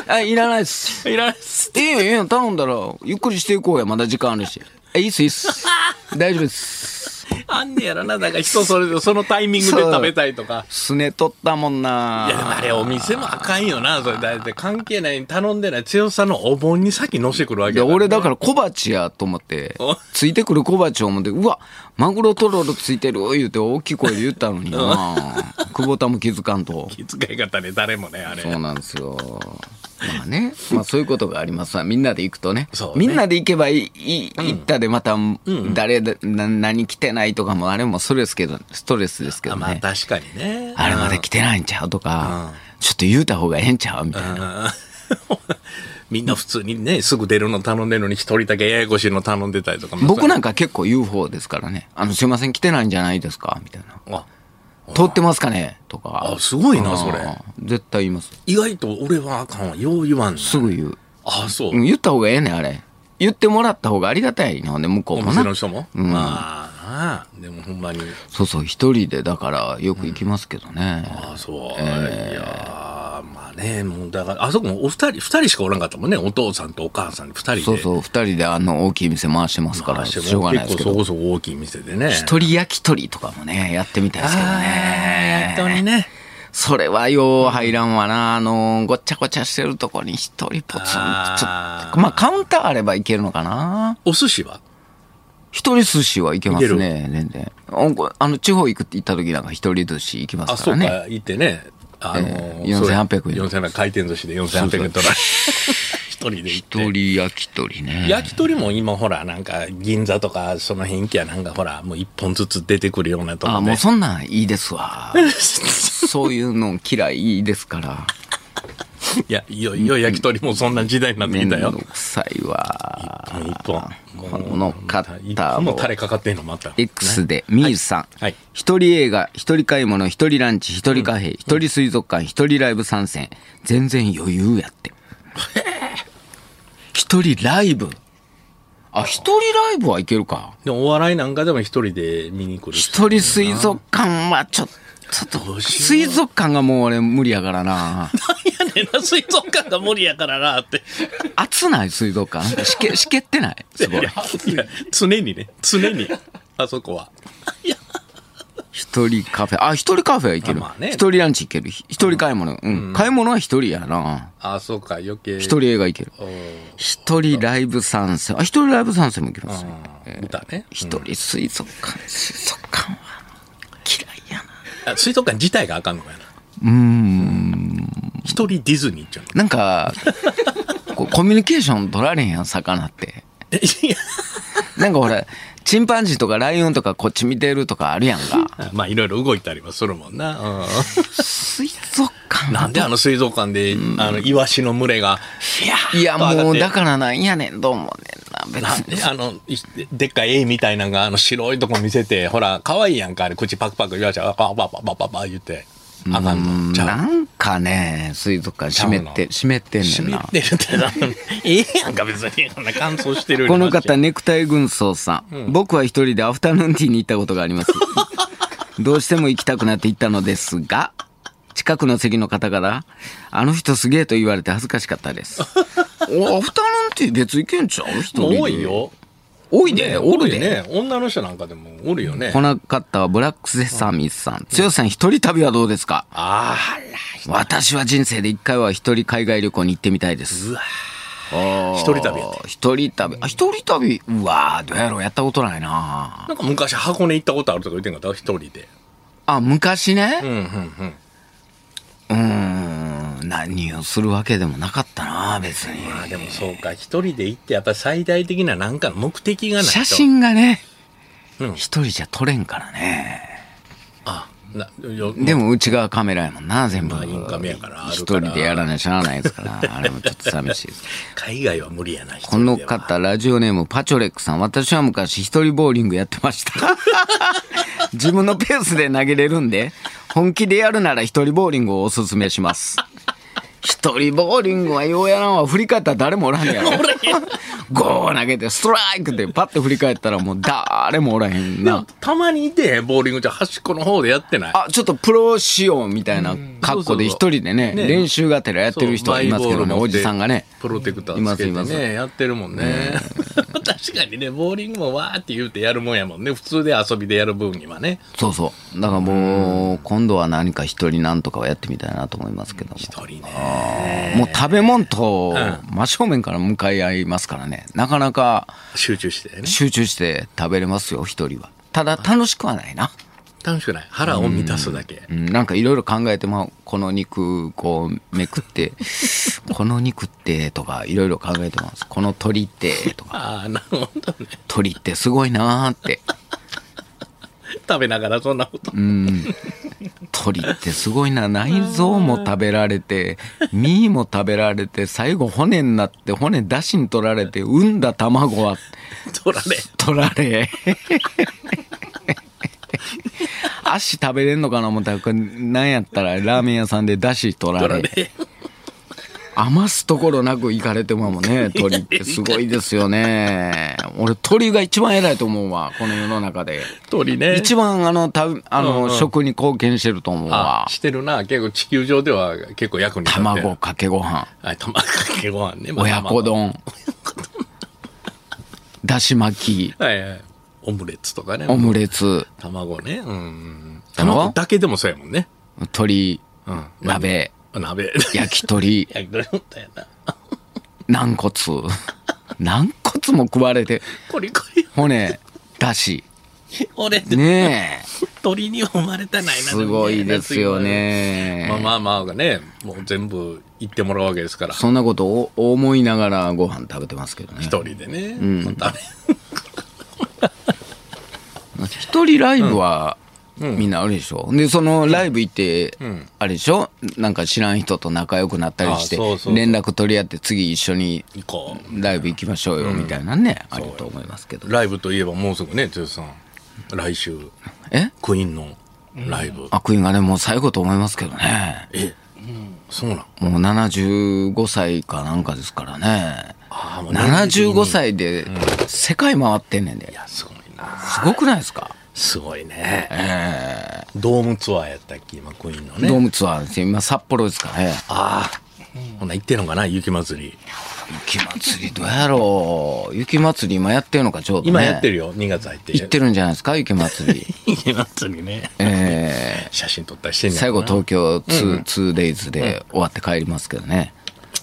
[SPEAKER 3] あ、いらないっす。
[SPEAKER 2] いらないっす。
[SPEAKER 3] いいよ、いいよ、頼んだら、ゆっくりしていこうや。まだ時間あるし。え、いいっす、いいっす。 大丈夫です。
[SPEAKER 2] あんねやらな、だから人それぞれ、そのタイミングで食べたいとか。
[SPEAKER 3] すねとったもん
[SPEAKER 2] いや、でも
[SPEAKER 3] な
[SPEAKER 2] あれ、お店もあかんよな、それ。だって関係ない、頼んでない強さのお盆に先乗してくるわけ
[SPEAKER 3] で、
[SPEAKER 2] やから
[SPEAKER 3] 俺だから小鉢やと思って
[SPEAKER 2] お、
[SPEAKER 3] ついてくる小鉢を思って、うわ、マグロとろろついてる言うて大きい声で言ったのにな。久保田も気づかんと。
[SPEAKER 2] 気遣い方ね、誰もね、あれ。
[SPEAKER 3] そうなんですよ。まあね、まあそういうことがありますわみんなで行くとね。
[SPEAKER 2] そうね
[SPEAKER 3] みんなで行けばいい、い行ったでまた、誰だ、な何着てないとかも、あれもストレスけど、ストレスですけど
[SPEAKER 2] あまあ
[SPEAKER 3] ね。
[SPEAKER 2] 確かにね。
[SPEAKER 3] あれまで着てないんちゃうとか、ちょっと言うた方がええんちゃうみたいな。
[SPEAKER 2] みんな普通にね、すぐ出るの頼んでるのに、一人だけややこしいの頼んでたりとか。
[SPEAKER 3] 僕
[SPEAKER 2] な
[SPEAKER 3] なんか結構 UFO ですからね。あの、すいません、着てないんじゃないですかみたいな。
[SPEAKER 2] あ
[SPEAKER 3] 通ってますかねとか。
[SPEAKER 2] あすごいな
[SPEAKER 3] うん
[SPEAKER 2] それ
[SPEAKER 3] 絶対言います。
[SPEAKER 2] 意外と俺はあかんわよう言わん
[SPEAKER 3] すぐ言う。
[SPEAKER 2] あそう、
[SPEAKER 3] うん言った方がええねん、あれ。言ってもらった方がありがたいな。ほんで、向こう
[SPEAKER 2] お
[SPEAKER 3] も
[SPEAKER 2] 店
[SPEAKER 3] な
[SPEAKER 2] の。人も、
[SPEAKER 3] うん
[SPEAKER 2] まあなあでもほんまに
[SPEAKER 3] そうそう、一人で、だから、よく行きますけどね。
[SPEAKER 2] あそう、いやーまあねもうだからあそこもお二人二人しかおらんかったもんねお父さんとお母さん二人で
[SPEAKER 3] そうそう、二人であの大きい店回してますから、
[SPEAKER 2] あ
[SPEAKER 3] し
[SPEAKER 2] して
[SPEAKER 3] ょう
[SPEAKER 2] も
[SPEAKER 3] がないで
[SPEAKER 2] 結
[SPEAKER 3] すけ
[SPEAKER 2] 構そ
[SPEAKER 3] ど。
[SPEAKER 2] こそこ大きい店でね
[SPEAKER 3] 一人焼き鳥とかもね、やってみたいですけど
[SPEAKER 2] あーやっと
[SPEAKER 3] ね。
[SPEAKER 2] にね
[SPEAKER 3] それはよう入らんわな。あの、ごっちゃごちゃしてるとこに一人ポツンと。ちょっと
[SPEAKER 2] あー
[SPEAKER 3] まあ、カウンターあればいけるのかな。
[SPEAKER 2] お寿司は
[SPEAKER 3] 一人寿司はいけますね、全然。おこあの、地方行くって行った時なんか一人寿司行きま
[SPEAKER 2] あ
[SPEAKER 3] すか
[SPEAKER 2] そ
[SPEAKER 3] ら
[SPEAKER 2] う
[SPEAKER 3] ね。
[SPEAKER 2] か行ってねあの
[SPEAKER 3] ええ4800円
[SPEAKER 2] 4800円回転寿司で4800円 取られ一人で行って
[SPEAKER 3] 一人焼き鳥ね。
[SPEAKER 2] 焼き鳥も今ほらなんか銀座とかその辺行きやなんかほらもう一本ずつ出てくるようなとこ
[SPEAKER 3] あ、
[SPEAKER 2] で
[SPEAKER 3] もうそんなんいいで すわ。そういうの嫌いですから。
[SPEAKER 2] いやいよいよ焼き鳥もそんな時代になって
[SPEAKER 3] め
[SPEAKER 2] き
[SPEAKER 3] ん
[SPEAKER 2] た
[SPEAKER 3] ど
[SPEAKER 2] よ
[SPEAKER 3] くさいわ。
[SPEAKER 2] もう一本
[SPEAKER 3] この方
[SPEAKER 2] 一本もタレかかってんのまた
[SPEAKER 3] X で、ミーズさん。
[SPEAKER 2] はい
[SPEAKER 3] 一人映画、一人買い物、一人ランチ、一人カフェ、一人水族館、一人ライブ参戦。全然余裕やって。 一人ライブ。あ、一人ライブはいけるか。
[SPEAKER 2] でもお笑いなんかでも一人で見に来る人
[SPEAKER 3] 一人水族館はちょっと。ちょっと水族館がもう俺無理やから な
[SPEAKER 2] なんやねんな水族館が無理やからな って
[SPEAKER 3] 熱ない水族館なんかしけしけってないすごい
[SPEAKER 2] いや常にね常にあそこは
[SPEAKER 3] 一人カフェ。あ、一人カフェはいける。一、
[SPEAKER 2] あまあね
[SPEAKER 3] 人ランチ行ける。ひ一人買い物。うん。買い物は一人やな。
[SPEAKER 2] あそうか余計
[SPEAKER 3] 一人映画行ける。一人ライブ参戦。あ、一人ライブ参戦も行けますね。
[SPEAKER 2] うん歌ね
[SPEAKER 3] 一人水族館。水族館は嫌いやな。
[SPEAKER 2] あ水族館自体があかんのやなうん一人ディズニー行っちゃうの
[SPEAKER 3] なんか、 こうコミュニケーション取られへんやん、魚って。
[SPEAKER 2] えいや
[SPEAKER 3] なんかほら、チンパンジーとかライオンとかこっち見てるとかあるやんか。
[SPEAKER 2] まあいろいろ動いたりはするもんな。
[SPEAKER 3] 水族館
[SPEAKER 2] なんであの水族館で、あの、イワシの群れが、
[SPEAKER 3] いや、もうだ
[SPEAKER 2] ら。
[SPEAKER 3] からなんやねん、どうもねんな、
[SPEAKER 2] なん
[SPEAKER 3] 別に
[SPEAKER 2] で。あの、いでっかいエイみたいなのが、あの、白いとこ見せて、ほら、可愛いやんか、あれ、口パクパク言われちゃう、パパパパパパ言って、あかんの。じゃあ、
[SPEAKER 3] なんかね、水族館湿っ
[SPEAKER 2] ちゃう
[SPEAKER 3] て、
[SPEAKER 2] の
[SPEAKER 3] 湿ってんね
[SPEAKER 2] 閉
[SPEAKER 3] ん
[SPEAKER 2] め
[SPEAKER 3] な。
[SPEAKER 2] てるってな、ええやんか、別に。こんな乾燥してるよ
[SPEAKER 3] こ
[SPEAKER 2] り
[SPEAKER 3] の
[SPEAKER 2] マシ
[SPEAKER 3] 方、
[SPEAKER 2] やん
[SPEAKER 3] ネクタイ軍曹さん,、僕は一人でアフタヌーンティーに行ったことがあり ます。どうしても行きたくなって行ったのですが、近くの席の方から、あの人すげえと言われて恥ずかしかった です。おアフタヌーンティー別行けんちゃう一人で。
[SPEAKER 2] 多い。よ。
[SPEAKER 3] 多いで、おるで。
[SPEAKER 2] ね。女の人なんかでもおるよね
[SPEAKER 3] こ。の方はブラックセサミスさん。剛さん一人旅はどうですか
[SPEAKER 2] あ
[SPEAKER 3] 私は人生で一回は一人海外旅行に行ってみたいです。
[SPEAKER 2] あ、一人旅やって。
[SPEAKER 3] あ一人旅。あ、一人旅。うわーどうやろうやったことないな
[SPEAKER 2] なんか昔箱根行ったことあるとか言ってんかった一人で。
[SPEAKER 3] あ、昔
[SPEAKER 2] う
[SPEAKER 3] ね。
[SPEAKER 2] ん、うん、うん。
[SPEAKER 3] うーん。何をするわけでもなかったな別に。
[SPEAKER 2] まあでもそうか、一人で行って、やっぱり最大的ななんかの目的がないと。
[SPEAKER 3] 写真がね
[SPEAKER 2] うん、
[SPEAKER 3] 一人じゃ撮れんからね。
[SPEAKER 2] あ、な、よ
[SPEAKER 3] でも内側カメラやもんな、全部
[SPEAKER 2] まあインカメやからあ
[SPEAKER 3] 一
[SPEAKER 2] るから
[SPEAKER 3] 人でやらないしゃあないですから。あれもちょっと寂しいです。
[SPEAKER 2] 海外は無理やな、
[SPEAKER 3] この
[SPEAKER 2] 一人では
[SPEAKER 3] 方、ラジオネーム、パチョレックさん。私は昔、一人ボーリングやって ました。自分のペースで投げれるんで、本気でやるなら一人ボーリングをおすすめします。一人ボーリングはようやらんわ。振り返ったら誰もおらんやろ。ゴー投げて、ストライクってパッて振り返ったらもう誰もおらへん
[SPEAKER 2] でも
[SPEAKER 3] な。
[SPEAKER 2] たまにいてへん、ボーリング場、端っこの方でやってない。
[SPEAKER 3] あ、ちょっとプロ仕様みたいな格好で一人で
[SPEAKER 2] そうそ
[SPEAKER 3] ね、
[SPEAKER 2] うそうね
[SPEAKER 3] 練習がてらやってる人はいますけどね、
[SPEAKER 2] そう
[SPEAKER 3] おじさんがね。
[SPEAKER 2] プロテクターつけ
[SPEAKER 3] い
[SPEAKER 2] て
[SPEAKER 3] ますいます
[SPEAKER 2] ね、やってるもんね。 確かにね、ボーリングもわーって言うてやるもんやもんね。普通で遊びでやる分にはね。
[SPEAKER 3] そうそう。だからもう、今度は何か一人なんとかはやってみたいなと思いますけども。
[SPEAKER 2] 一人ね。
[SPEAKER 3] もう食べ物と真正面から向かい合いますからね。なかなか
[SPEAKER 2] 集中してね。
[SPEAKER 3] 集中して食べれますよ、一人は。ただ楽しくはないな。
[SPEAKER 2] 楽しくない。腹を満たすだけ。
[SPEAKER 3] うん、なんかいろいろ考えてまう。この肉、こう、めくって、 この肉って、とか、いろいろ考えてます。この鳥って、とか、
[SPEAKER 2] ああ、なるほどね。
[SPEAKER 3] 鳥ってすごいなーって、
[SPEAKER 2] 食べながらそんなこと。
[SPEAKER 3] 鳥ってすごいな。内臓も食べられて、身も食べられて、最後骨になって、骨出しに取られて、産んだ卵は、
[SPEAKER 2] 取られ。
[SPEAKER 3] 取られ。足食べれんのかな思ったら、これなんやったらラーメン屋さんで出汁取られ。余すところなく行かれてまうもんね、鳥ってすごいですよね。俺鳥が一番偉いと思うわ、この世の中で。
[SPEAKER 2] 鳥ね。
[SPEAKER 3] 一番あの、たあの、食に貢献してると思うわ
[SPEAKER 2] あ。してるな。結構地球上では結構役に立ってる。
[SPEAKER 3] 卵。かけご飯、
[SPEAKER 2] はい、卵かけご飯ね。まあ
[SPEAKER 3] 親子。丼、だし巻き、
[SPEAKER 2] まあまあはいはい。オムレツとかね。
[SPEAKER 3] オムレツ、
[SPEAKER 2] 卵ね。うん。
[SPEAKER 3] 卵
[SPEAKER 2] 卵だけでもそうやもんね。
[SPEAKER 3] 鳥、
[SPEAKER 2] うん。
[SPEAKER 3] 鍋、
[SPEAKER 2] 鍋。
[SPEAKER 3] 焼き鳥、
[SPEAKER 2] 焼き鳥もったやな。
[SPEAKER 3] 軟骨。軟骨も食われて、
[SPEAKER 2] コリコリ。
[SPEAKER 3] 骨、だし。
[SPEAKER 2] 俺って、
[SPEAKER 3] ねえ。
[SPEAKER 2] 鳥には生まれたないな。
[SPEAKER 3] すごいですよ。ね。
[SPEAKER 2] まあまあまあがね、もう全部言ってもらうわけですから。
[SPEAKER 3] そんなことを思いながらご飯食べてますけどね。
[SPEAKER 2] 一人でね。またね
[SPEAKER 3] 一人ライブは、みんなあるでしょ、で、そのライブ行って、あれでしょなんか知らん人と仲良くなったりして
[SPEAKER 2] あそうそうそう、
[SPEAKER 3] 連絡取り合って次一緒に
[SPEAKER 2] 行こう。
[SPEAKER 3] ライブ行きましょうよみたいなね、あると思いますけど。
[SPEAKER 2] ライブといえばもうすぐね、剛さん。来週、
[SPEAKER 3] え
[SPEAKER 2] クイーンのライブ。
[SPEAKER 3] あ、クイーンがね、もう最後と思いますけどね。
[SPEAKER 2] え、そうなん
[SPEAKER 3] もう75歳かなんかですからね。
[SPEAKER 2] ああ、もう
[SPEAKER 3] 75。歳で世界回ってんねんで
[SPEAKER 2] い。や、すごいな。
[SPEAKER 3] すごくないですか
[SPEAKER 2] すごいね。ドームツアーやったっけ、今、クイーンの
[SPEAKER 3] ドー
[SPEAKER 2] ね。
[SPEAKER 3] ムツアーですよ今札幌ですからね。
[SPEAKER 2] ああ。ほんな行ってんのかな、雪祭り。
[SPEAKER 3] 雪祭りどうやろう雪祭り今やってるのかちょうどね。
[SPEAKER 2] 今やってるよ、2月入って。
[SPEAKER 3] 行ってるんじゃないですか雪祭り。
[SPEAKER 2] 雪祭りね。
[SPEAKER 3] え
[SPEAKER 2] 写真撮ったりしてん
[SPEAKER 3] ー
[SPEAKER 2] ねん
[SPEAKER 3] 最後
[SPEAKER 2] な
[SPEAKER 3] 東京 2days で終わって帰りますけどね。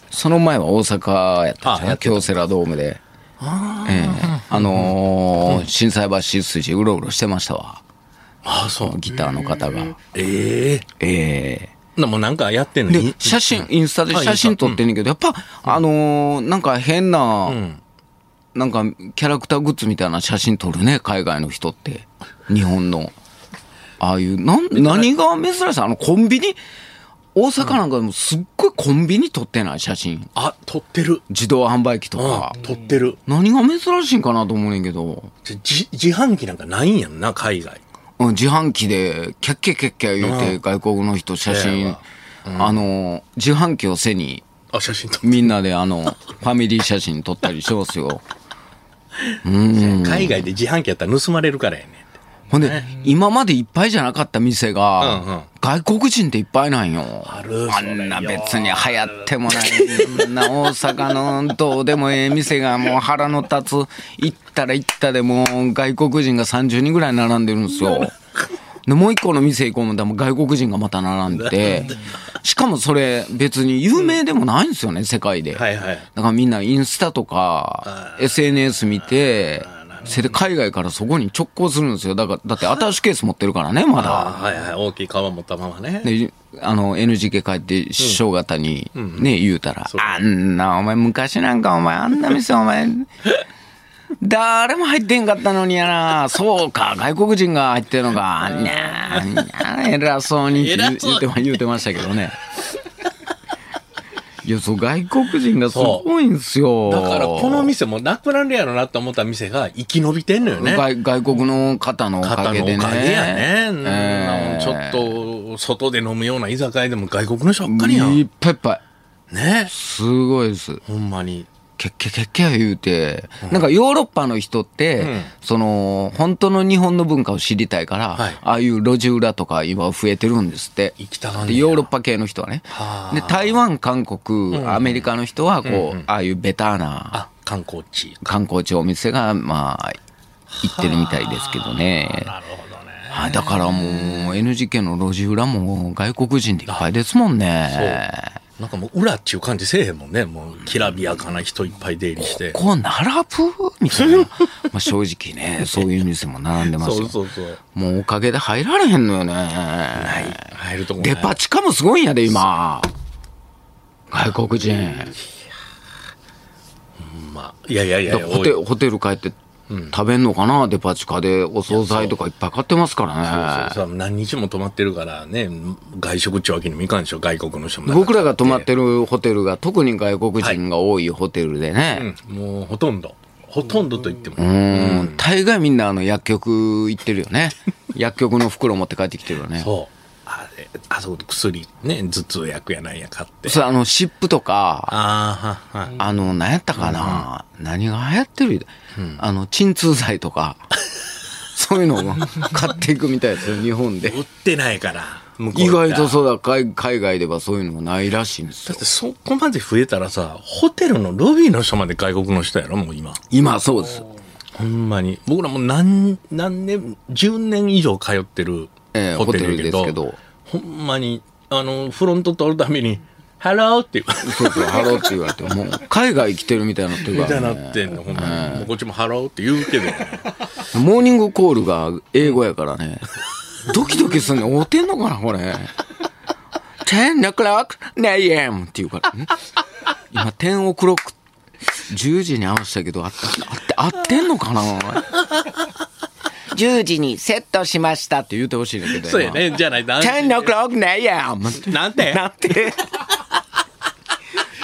[SPEAKER 3] その前は大阪やったん
[SPEAKER 2] あや
[SPEAKER 3] で
[SPEAKER 2] っ
[SPEAKER 3] す京セラドームで。えーあのー震災橋筋うろうろしてましたわ。
[SPEAKER 2] ああ、そう。
[SPEAKER 3] ギターの方が。
[SPEAKER 2] ええ
[SPEAKER 3] えー
[SPEAKER 2] な、もうなんかやってんの
[SPEAKER 3] で
[SPEAKER 2] に、。
[SPEAKER 3] 写真、インスタで
[SPEAKER 2] あ
[SPEAKER 3] 写真撮ってんねんけど、やっぱ、あのーなんか変な、
[SPEAKER 2] ん
[SPEAKER 3] なんかキャラクターグッズみたいな写真撮るね、海外の人って。日本の。ああいう、なん、何が珍しいあの、コンビニ、大阪なんかでもすっごいコンビニ撮ってない写真。
[SPEAKER 2] あ、撮ってる。
[SPEAKER 3] 自動販売機と
[SPEAKER 2] あ
[SPEAKER 3] か。
[SPEAKER 2] 撮ってる。
[SPEAKER 3] 何が珍しいんかなと思うねんけど、
[SPEAKER 2] じ自自販機なんかないんやんな、海外。
[SPEAKER 3] うん自販機で、キャッキャキャッキャ言うて、外国の人写
[SPEAKER 2] ええ
[SPEAKER 3] 真
[SPEAKER 2] わ、
[SPEAKER 3] あのー、自販機を背に、
[SPEAKER 2] あ、写真撮って
[SPEAKER 3] みんなであ の、ファミリー写真撮ったりしてますよ。
[SPEAKER 2] 海外で自販機やったら盗まれるからやねんて。
[SPEAKER 3] ほんで、今までいっぱいじゃなかった店
[SPEAKER 2] うんうん
[SPEAKER 3] が、外国人っていっぱいなんよ。
[SPEAKER 2] ある
[SPEAKER 3] あんな別に流行ってもない、んな大阪のどうでもええ店がもう腹の立つ、行ったら行ったでもう外国人が30人ぐらい並んでる んですよ。でもう一個の店行こうもんだもう外国人がまた並んでて、しかもそれ別に有名でもないんですよね、世界で。
[SPEAKER 2] はいはい。
[SPEAKER 3] だからみんなインスタとか、SNS 見て、それで海外からそこに直行するんですよ。だから、だってアタッシュケース持ってるからね、ま
[SPEAKER 2] あ
[SPEAKER 3] だ。
[SPEAKER 2] はいはい。大きい皮持ったままね。
[SPEAKER 3] で、あの、NGK 帰って、師匠方にね、言うたら、あんな、お前昔なんかお前、あんな店お前、誰も入ってんかったのにやな。そうか、外国人が入ってるのか。にゃーにゃー偉そうに言う
[SPEAKER 2] 偉そう
[SPEAKER 3] 言うてま言うてましたけどね。いや、そう、外国人がすごいんすよ。
[SPEAKER 2] だから、この店もなくなるやろなと思った店が生き延びてんのよね。
[SPEAKER 3] 外外国の方のおか
[SPEAKER 2] 方
[SPEAKER 3] げ
[SPEAKER 2] のお
[SPEAKER 3] でね。
[SPEAKER 2] かげやね。うん
[SPEAKER 3] えー
[SPEAKER 2] ちょっと、外で飲むような居酒屋でも外国の人ばっかりや
[SPEAKER 3] い
[SPEAKER 2] ん。
[SPEAKER 3] っぱいいっぱい。
[SPEAKER 2] ね。
[SPEAKER 3] すごいです。
[SPEAKER 2] ほんまに。
[SPEAKER 3] けっけけっけ言うて、なんかヨーロッパの人って、その、本当の日本の文化を知りたいから、
[SPEAKER 2] はい
[SPEAKER 3] ああいう路地裏とか今増えてるんですって。
[SPEAKER 2] 行きたがんね
[SPEAKER 3] で
[SPEAKER 2] や
[SPEAKER 3] ヨーロッパ系の人はね
[SPEAKER 2] は。あ
[SPEAKER 3] で、台湾、韓国、アメリカの人は、こう、ああいうベターな
[SPEAKER 2] あ、観光地。
[SPEAKER 3] 観光地お店が、まあ、行ってるみたいですけどね。
[SPEAKER 2] なるほどね。
[SPEAKER 3] はい、だからもう NGK の路地裏も外国人でいっぱいですもんね。
[SPEAKER 2] なんかもう裏っちゅう感じせえへんもんね。もうきらびやかな人いっぱい出入りして。
[SPEAKER 3] こう並ぶみたいな。ま あ正直ね、そういう店も並んでます
[SPEAKER 2] そ
[SPEAKER 3] よ
[SPEAKER 2] う。そうそう。
[SPEAKER 3] もうおかげで入られへんのよね。
[SPEAKER 2] 入るとこない
[SPEAKER 3] デパ地下もすごいんやで、今。外国人。
[SPEAKER 2] まあ、いやいやいやいや、
[SPEAKER 3] ホ
[SPEAKER 2] 多
[SPEAKER 3] テ
[SPEAKER 2] い
[SPEAKER 3] ホテル帰って食べんのかな、デパ地下で。お惣菜とかいっぱい買ってますからね。
[SPEAKER 2] そうそう何日も泊まってるからね、外食っちゅうわけにもいかんでしょ、外国の人も。
[SPEAKER 3] 僕らが泊まってるホテルが特に外国人が多いホテルでね。
[SPEAKER 2] うんもうほとんど。ほとんどと言っても。
[SPEAKER 3] うん大概みんなあの薬局行ってるよね。薬局の袋持って帰ってきてるよね。
[SPEAKER 2] そう。あれ、あそこで薬、ね、頭痛薬やなんや買って。
[SPEAKER 3] それあの、湿布とか、
[SPEAKER 2] ああ、は、はい。
[SPEAKER 3] あの、何やったかな、何が流行ってる、あの、鎮痛剤とか、 そういうのを買っていくみたいですよ、日本で。
[SPEAKER 2] 売ってないから、向
[SPEAKER 3] 意外と
[SPEAKER 2] う。
[SPEAKER 3] そうだ海、海外ではそういうのがないらしいんです
[SPEAKER 2] だ
[SPEAKER 3] よ
[SPEAKER 2] っ。てそこまで増えたらさ、ホテルのロビーの人まで外国の人やろ、もう今。
[SPEAKER 3] 今そうです。
[SPEAKER 2] ほんまに。僕らもう何、何年、10年以上通ってる
[SPEAKER 3] ええ
[SPEAKER 2] ホテルやけど、
[SPEAKER 3] ホテルで
[SPEAKER 2] ほ
[SPEAKER 3] す
[SPEAKER 2] んまに、あの、フロント通るために、ハローっていう。
[SPEAKER 3] そうそう、ハローって言われて、もう海外来てるみたいになってる
[SPEAKER 2] み
[SPEAKER 3] か
[SPEAKER 2] たい
[SPEAKER 3] ら、
[SPEAKER 2] に
[SPEAKER 3] ね。
[SPEAKER 2] なってんの、ほんまに。もうこっちもハローって言う けど。
[SPEAKER 3] モーニングコールが英語やから ね。ドキドキすんの、おてんのかな、これ。10 o'clock, 9 am って言うから。ん今、10 o'clock、10時に合わせたけど、あって、あって、合ってんのかな ?10 時にセットしましたって言うてほしいんだけど。
[SPEAKER 2] そうやね。じゃないと安心
[SPEAKER 3] 10 o'clock, 9 am!
[SPEAKER 2] なんて
[SPEAKER 3] なんて。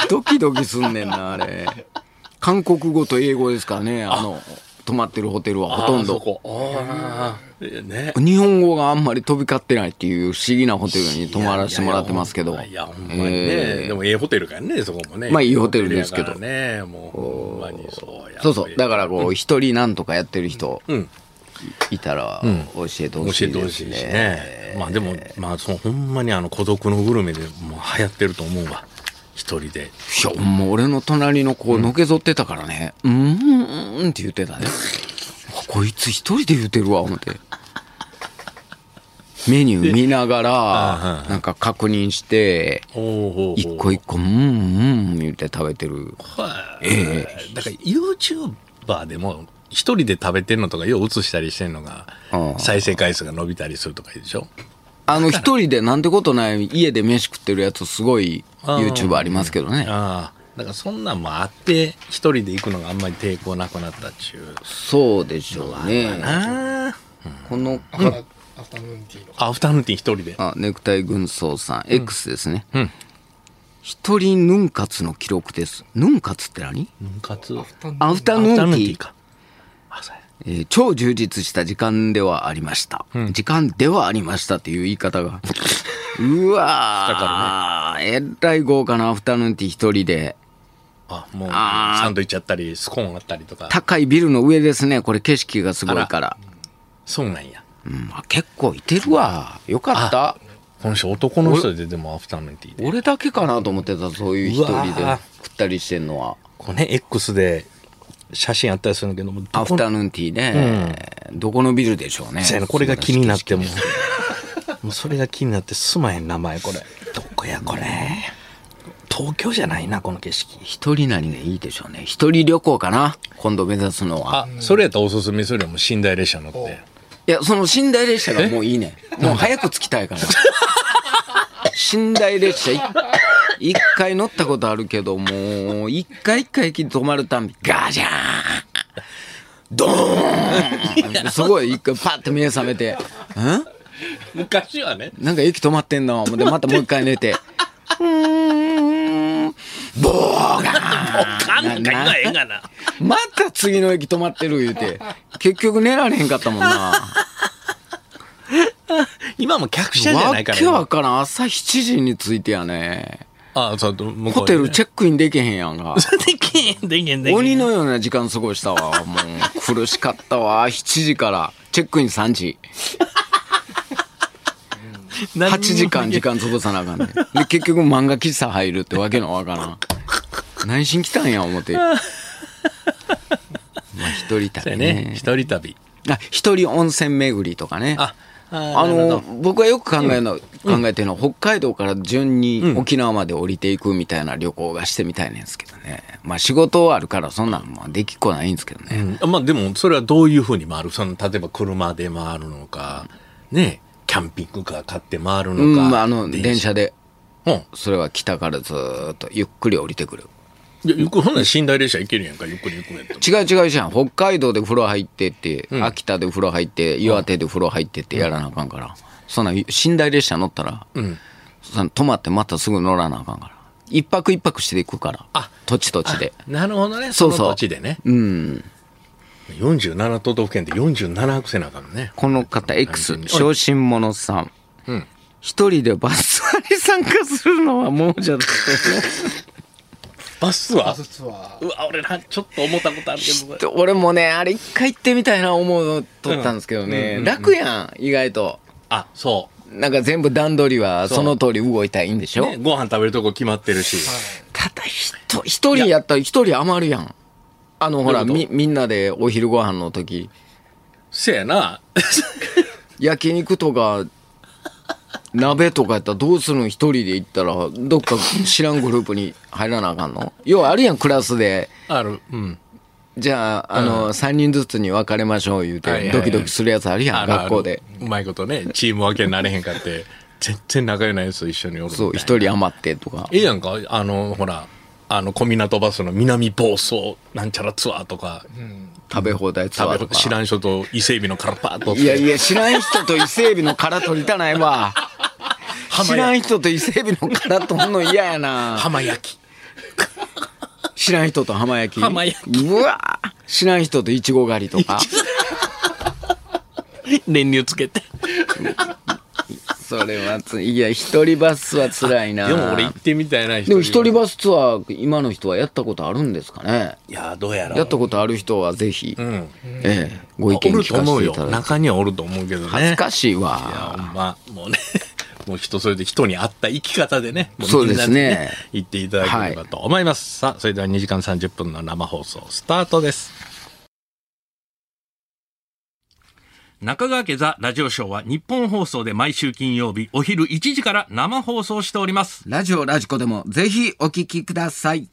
[SPEAKER 3] ドキドキすんねんな、あれ。韓国語と英語ですからね、あの、泊まってるホテルはほとん
[SPEAKER 2] あそ
[SPEAKER 3] ど。
[SPEAKER 2] こ。ああ。ね。
[SPEAKER 3] 日本語があんまり飛び交ってないっていう不思議なホテルに泊まらせてもらってますけど。
[SPEAKER 2] いや、ほんまにね。でも、ええホテルからね、そこもね。
[SPEAKER 3] まあいいホテルですけど
[SPEAKER 2] いいホテルやからね、もう、ほんまにそうや。
[SPEAKER 3] そうそう。だ
[SPEAKER 2] ら、
[SPEAKER 3] からこう、一人なんとかやってる人
[SPEAKER 2] ん
[SPEAKER 3] いたら教えて
[SPEAKER 2] 教
[SPEAKER 3] ほし
[SPEAKER 2] え
[SPEAKER 3] い
[SPEAKER 2] てほ
[SPEAKER 3] で
[SPEAKER 2] し
[SPEAKER 3] す
[SPEAKER 2] いし
[SPEAKER 3] ね。
[SPEAKER 2] ね。まあでも、まあ、そのほんまにあの、孤独のグルメでもう流行ってると思うわ。一人で。
[SPEAKER 3] いや、もう俺の隣の子、のけぞってたからね。うーん、うーんって言ってたね。 こいつ一人で言ってるわ、思って。メニュー見ながら
[SPEAKER 2] あ、
[SPEAKER 3] なんか確認して、
[SPEAKER 2] おお
[SPEAKER 3] 一個一個、うん、うん、言って食べてる。
[SPEAKER 2] はい。だから、YouTuber でも、一人で食べてんのとか、よう映したりしてんのが
[SPEAKER 3] あ、あ
[SPEAKER 2] 再生回数が伸びたりするとかでしょ
[SPEAKER 3] あの、一人でなんてことない、家で飯食ってるやつ、すごい
[SPEAKER 2] あー
[SPEAKER 3] YouTube ありますけどね。
[SPEAKER 2] ああ。だから、そんなんもあって、一人で行くのがあんまり抵抗なくなったっちゅう。
[SPEAKER 3] そうでしょうね。
[SPEAKER 2] あ
[SPEAKER 3] この、
[SPEAKER 4] アフタヌーンティーの
[SPEAKER 2] あ。アフタヌーンティー一人で。
[SPEAKER 3] あ、ネクタイ軍曹さん、X ですね。一人ヌン活の記録です。ヌン活って何
[SPEAKER 2] ヌン活。アフタヌ
[SPEAKER 3] アフタヌーンティー
[SPEAKER 2] か。あ、そうや
[SPEAKER 3] えー超充実した時間ではありました。時間ではありましたっていう言い方が。うわー、えらい豪華なアフタヌーンティー一人で。
[SPEAKER 2] あ、もう、
[SPEAKER 3] あー
[SPEAKER 2] サンドイッチあったり、スコーンあったりとか。
[SPEAKER 3] 高いビルの上ですね。これ景色がすごいから。
[SPEAKER 2] そうなんや。
[SPEAKER 3] うん、あ結構いてるわ。よかった。
[SPEAKER 2] この人男の人ででもアフタヌーンティーで。
[SPEAKER 3] 俺だけかなと思ってた、そういう一
[SPEAKER 2] うわ
[SPEAKER 3] 人
[SPEAKER 2] ー
[SPEAKER 3] で食ったりしてんのは。
[SPEAKER 2] こうね、X で写真あったりするんだけども、
[SPEAKER 3] アフタヌーンティーね、どこのビルでしょうね
[SPEAKER 2] そうや。なこれが気になっても。もうそれが気になってすまへん名前これ。どこやこれ。東京じゃないな、この景色。
[SPEAKER 3] 一人なりがいいでしょうね。一人旅行かな。今度目指すのは。
[SPEAKER 2] あ、それやったらおすすめするよ、もう寝台列車乗って。
[SPEAKER 3] いや、その寝台列車がもういいね。もう早く着きたいから。 寝台列車い、一回乗ったことあるけど、もう、一回一回駅に止まるたんび、ガジャーンドーンすごい、一回パッて目覚めて、ん
[SPEAKER 2] 昔はね。
[SPEAKER 3] なんか駅止まってんな。で、またもう一回寝て。うーん。ボーガ
[SPEAKER 2] か
[SPEAKER 3] ー
[SPEAKER 2] ん
[SPEAKER 3] ン
[SPEAKER 2] か
[SPEAKER 3] なな
[SPEAKER 2] 今ええがな。
[SPEAKER 3] また次の駅止まってる言うて。結局寝られへんかったもんな。
[SPEAKER 2] 今も客車じゃな
[SPEAKER 3] わ
[SPEAKER 2] いから
[SPEAKER 3] け
[SPEAKER 2] ね。
[SPEAKER 3] わからん。朝7時に着いてやね。
[SPEAKER 2] あ、そう、向こ
[SPEAKER 3] ホ
[SPEAKER 2] う
[SPEAKER 3] テ
[SPEAKER 2] にね
[SPEAKER 3] ルチェックインできへんやんか。
[SPEAKER 2] できへん、できへん、できへん。
[SPEAKER 3] 鬼のような時間過ごしたわ。もう苦しかったわ。7時から。チェックイン3時。
[SPEAKER 2] 何にも
[SPEAKER 3] 8時間時間潰さな あかんねん。で、結局漫画喫茶入るってわけのわからん。内心来たんや、思って。まあ、一人
[SPEAKER 2] そう
[SPEAKER 3] 旅
[SPEAKER 2] や
[SPEAKER 3] ね
[SPEAKER 2] ね。一人旅。
[SPEAKER 3] あ、一人温泉巡りとかね。
[SPEAKER 2] あ、
[SPEAKER 3] あ
[SPEAKER 2] あ
[SPEAKER 3] の、僕がよく考えるの、考えてるのは、北海道から順に沖縄まで降りていくみたいな旅行がしてみたいねんですけどね。まあ仕事はあるからそんなんまあできっこないんですけどね。
[SPEAKER 2] うんまあでも、それはどういうふうに回るその、例えば車で回るのか、ね、キャンピングカー買って回る
[SPEAKER 3] うん、
[SPEAKER 2] のか。
[SPEAKER 3] まああの、電。車で、
[SPEAKER 2] うん。いや
[SPEAKER 3] それは北からずーっとゆっくり降りてくる。
[SPEAKER 2] ゆっくり、ほんなら寝台列車行けるやんか、ゆっくり行くんやったら
[SPEAKER 3] 違う違うじゃん。北海道で風呂入ってって、秋田で風呂入って、岩手で風呂入ってってやらなあかんから。そんな、寝台列車乗ったら、その止まってまたすぐ乗らなあかんから。一泊一泊していくから。
[SPEAKER 2] あ
[SPEAKER 3] 土地土地で。
[SPEAKER 2] なるほどね。
[SPEAKER 3] そうそう
[SPEAKER 2] その土地でね。
[SPEAKER 3] うん。
[SPEAKER 2] 47都道府県で47癖なあかんね。
[SPEAKER 3] この方 X、小心者さん。一人でバスツアーに参加するのはも うじゃだ
[SPEAKER 2] バスは
[SPEAKER 4] バスツアー
[SPEAKER 2] うわ、俺ら、ちょっと思ったことあるけど。
[SPEAKER 3] と俺もね、あれ一回行ってみたいな思うのとったんですけどね、楽やん、意外と。
[SPEAKER 2] あ、そ
[SPEAKER 3] なんか全部段取りは
[SPEAKER 2] そう
[SPEAKER 3] その通り動いたらいいんでし
[SPEAKER 2] う。
[SPEAKER 3] ょ、
[SPEAKER 2] ね、ご飯食べるとこ決まってるし。
[SPEAKER 3] ただ一人一人やったら一人余るやん。あのほ
[SPEAKER 2] ど
[SPEAKER 3] ら
[SPEAKER 2] うい
[SPEAKER 3] み、みんなでお昼ご飯の時、
[SPEAKER 2] せやな。
[SPEAKER 3] 焼肉とか、鍋とかやったらどうするん一人で行ったら、どっか知らんグループに入らなあかんの要はあるやん、クラスで。
[SPEAKER 2] ある。うん。
[SPEAKER 3] じゃあ、あの、三3人ずつに分かれましょう言う
[SPEAKER 2] はいはい
[SPEAKER 3] て、
[SPEAKER 2] はい
[SPEAKER 3] ドキドキするやつあるや
[SPEAKER 2] あ
[SPEAKER 3] ん、
[SPEAKER 2] るあ
[SPEAKER 3] 学
[SPEAKER 2] る
[SPEAKER 3] 校で。。
[SPEAKER 2] うまいことね、チーム分けになれへんかって、全然仲良いないやつと一緒におるみたいな。
[SPEAKER 3] そう、一人余ってとか。
[SPEAKER 2] ええやんか、あの、ほら、あの、小湊バスの南房総なんちゃらツアーとか、
[SPEAKER 3] 食べ放題ツアー
[SPEAKER 2] 食べ
[SPEAKER 3] と
[SPEAKER 2] 知
[SPEAKER 3] か。
[SPEAKER 2] らん人と伊勢海老のカラパーと。
[SPEAKER 3] いやいや、知らん人と伊勢海老の殻取りたないわ。知らん人と伊勢海老の殻取んの嫌やな。
[SPEAKER 2] 浜焼き。
[SPEAKER 3] 知らん人と浜焼き。
[SPEAKER 2] 浜焼
[SPEAKER 3] うわ知らん人とイチゴ狩りとか。
[SPEAKER 2] 練乳つけて。
[SPEAKER 3] それはつ、いや、一人バスは辛いな。
[SPEAKER 2] でも俺行ってみたいな人。
[SPEAKER 3] でも一人バスツアー、今の人はやったことあるんですかね
[SPEAKER 2] いや、どうやら。
[SPEAKER 3] やったことある人はぜひ、
[SPEAKER 2] うん。
[SPEAKER 3] ええ、ご意見
[SPEAKER 2] おる
[SPEAKER 3] 聞
[SPEAKER 2] と
[SPEAKER 3] か
[SPEAKER 2] 思う
[SPEAKER 3] せてい
[SPEAKER 2] よ
[SPEAKER 3] た。だいて。
[SPEAKER 2] 中にはおると思うけどね。
[SPEAKER 3] 恥ずかしい
[SPEAKER 2] いや
[SPEAKER 3] わ。
[SPEAKER 2] ほんまあ、もうね、 もう人それぞれ人に合った生き方でね、も
[SPEAKER 3] そうですね
[SPEAKER 2] みんな行っていただければと思います。さあ、それでは2時間30分の生放送スタートです。中川家ザラジオショーは日本放送で毎週金曜日お昼1時から生放送しております。
[SPEAKER 3] ラジオラジコでもぜひお聞きください。